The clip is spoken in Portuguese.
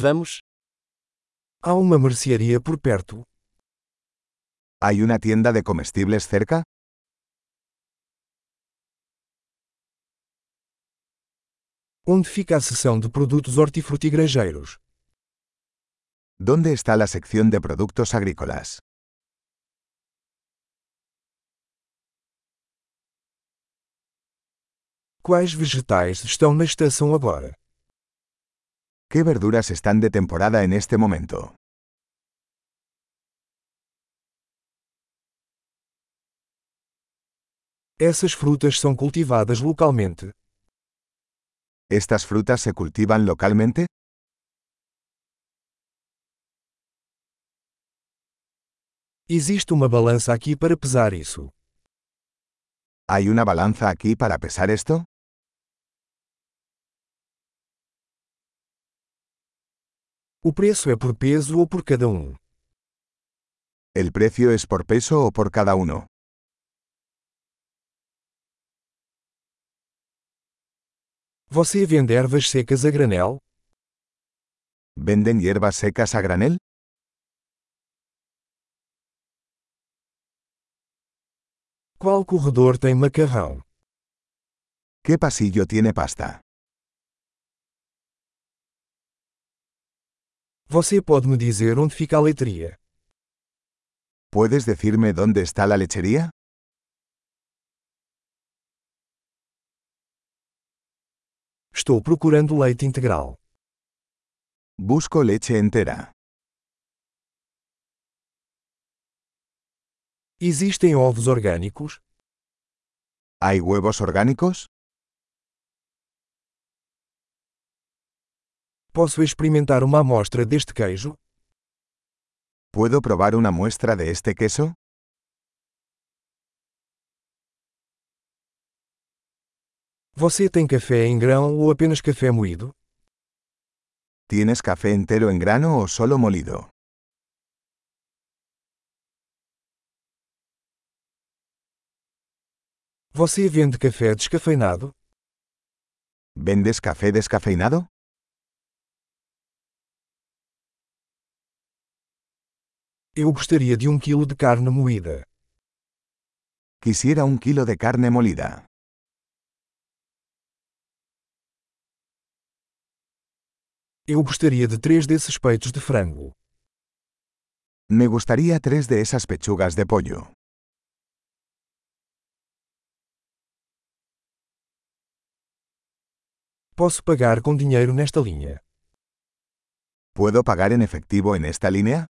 Vamos. Há uma mercearia por perto. ¿Hay una tienda de comestibles cerca? Onde fica a seção de produtos hortifrutigranjeiros? ¿Dónde está la sección de productos agrícolas? Quais vegetais estão na estação agora? ¿Qué verduras están de temporada en este momento? Essas frutas são cultivadas localmente. ¿Estas frutas se cultivan localmente? Existe uma balança aqui para pesar isso. ¿Hay una balanza aquí para pesar esto? O preço é por peso ou por cada um. ¿El precio es por peso o por cada uno? Você vende ervas secas a granel? ¿Venden hierbas secas a granel? Qual corredor tem macarrão? ¿Qué pasillo tiene pasta? Você pode me dizer onde fica a leitria? ¿Puedes decirme dónde está la lechería? Estou procurando leite integral. Busco leche entera. Existem ovos orgânicos? ¿Hay huevos orgánicos? Posso experimentar uma amostra deste queijo? ¿Puedo probar una muestra de este queso? Você tem café em grão ou apenas café moído? ¿Tienes café entero en grano o solo molido? Você vende café descafeinado? ¿Vendes café descafeinado? Eu gostaria de um quilo de carne moída. Quisiera un kilo de carne molida. Eu gostaria de três desses peitos de frango. Me gustaría tres de esas pechugas de pollo. Posso pagar com dinheiro nesta linha. ¿Puedo pagar en efectivo en esta línea?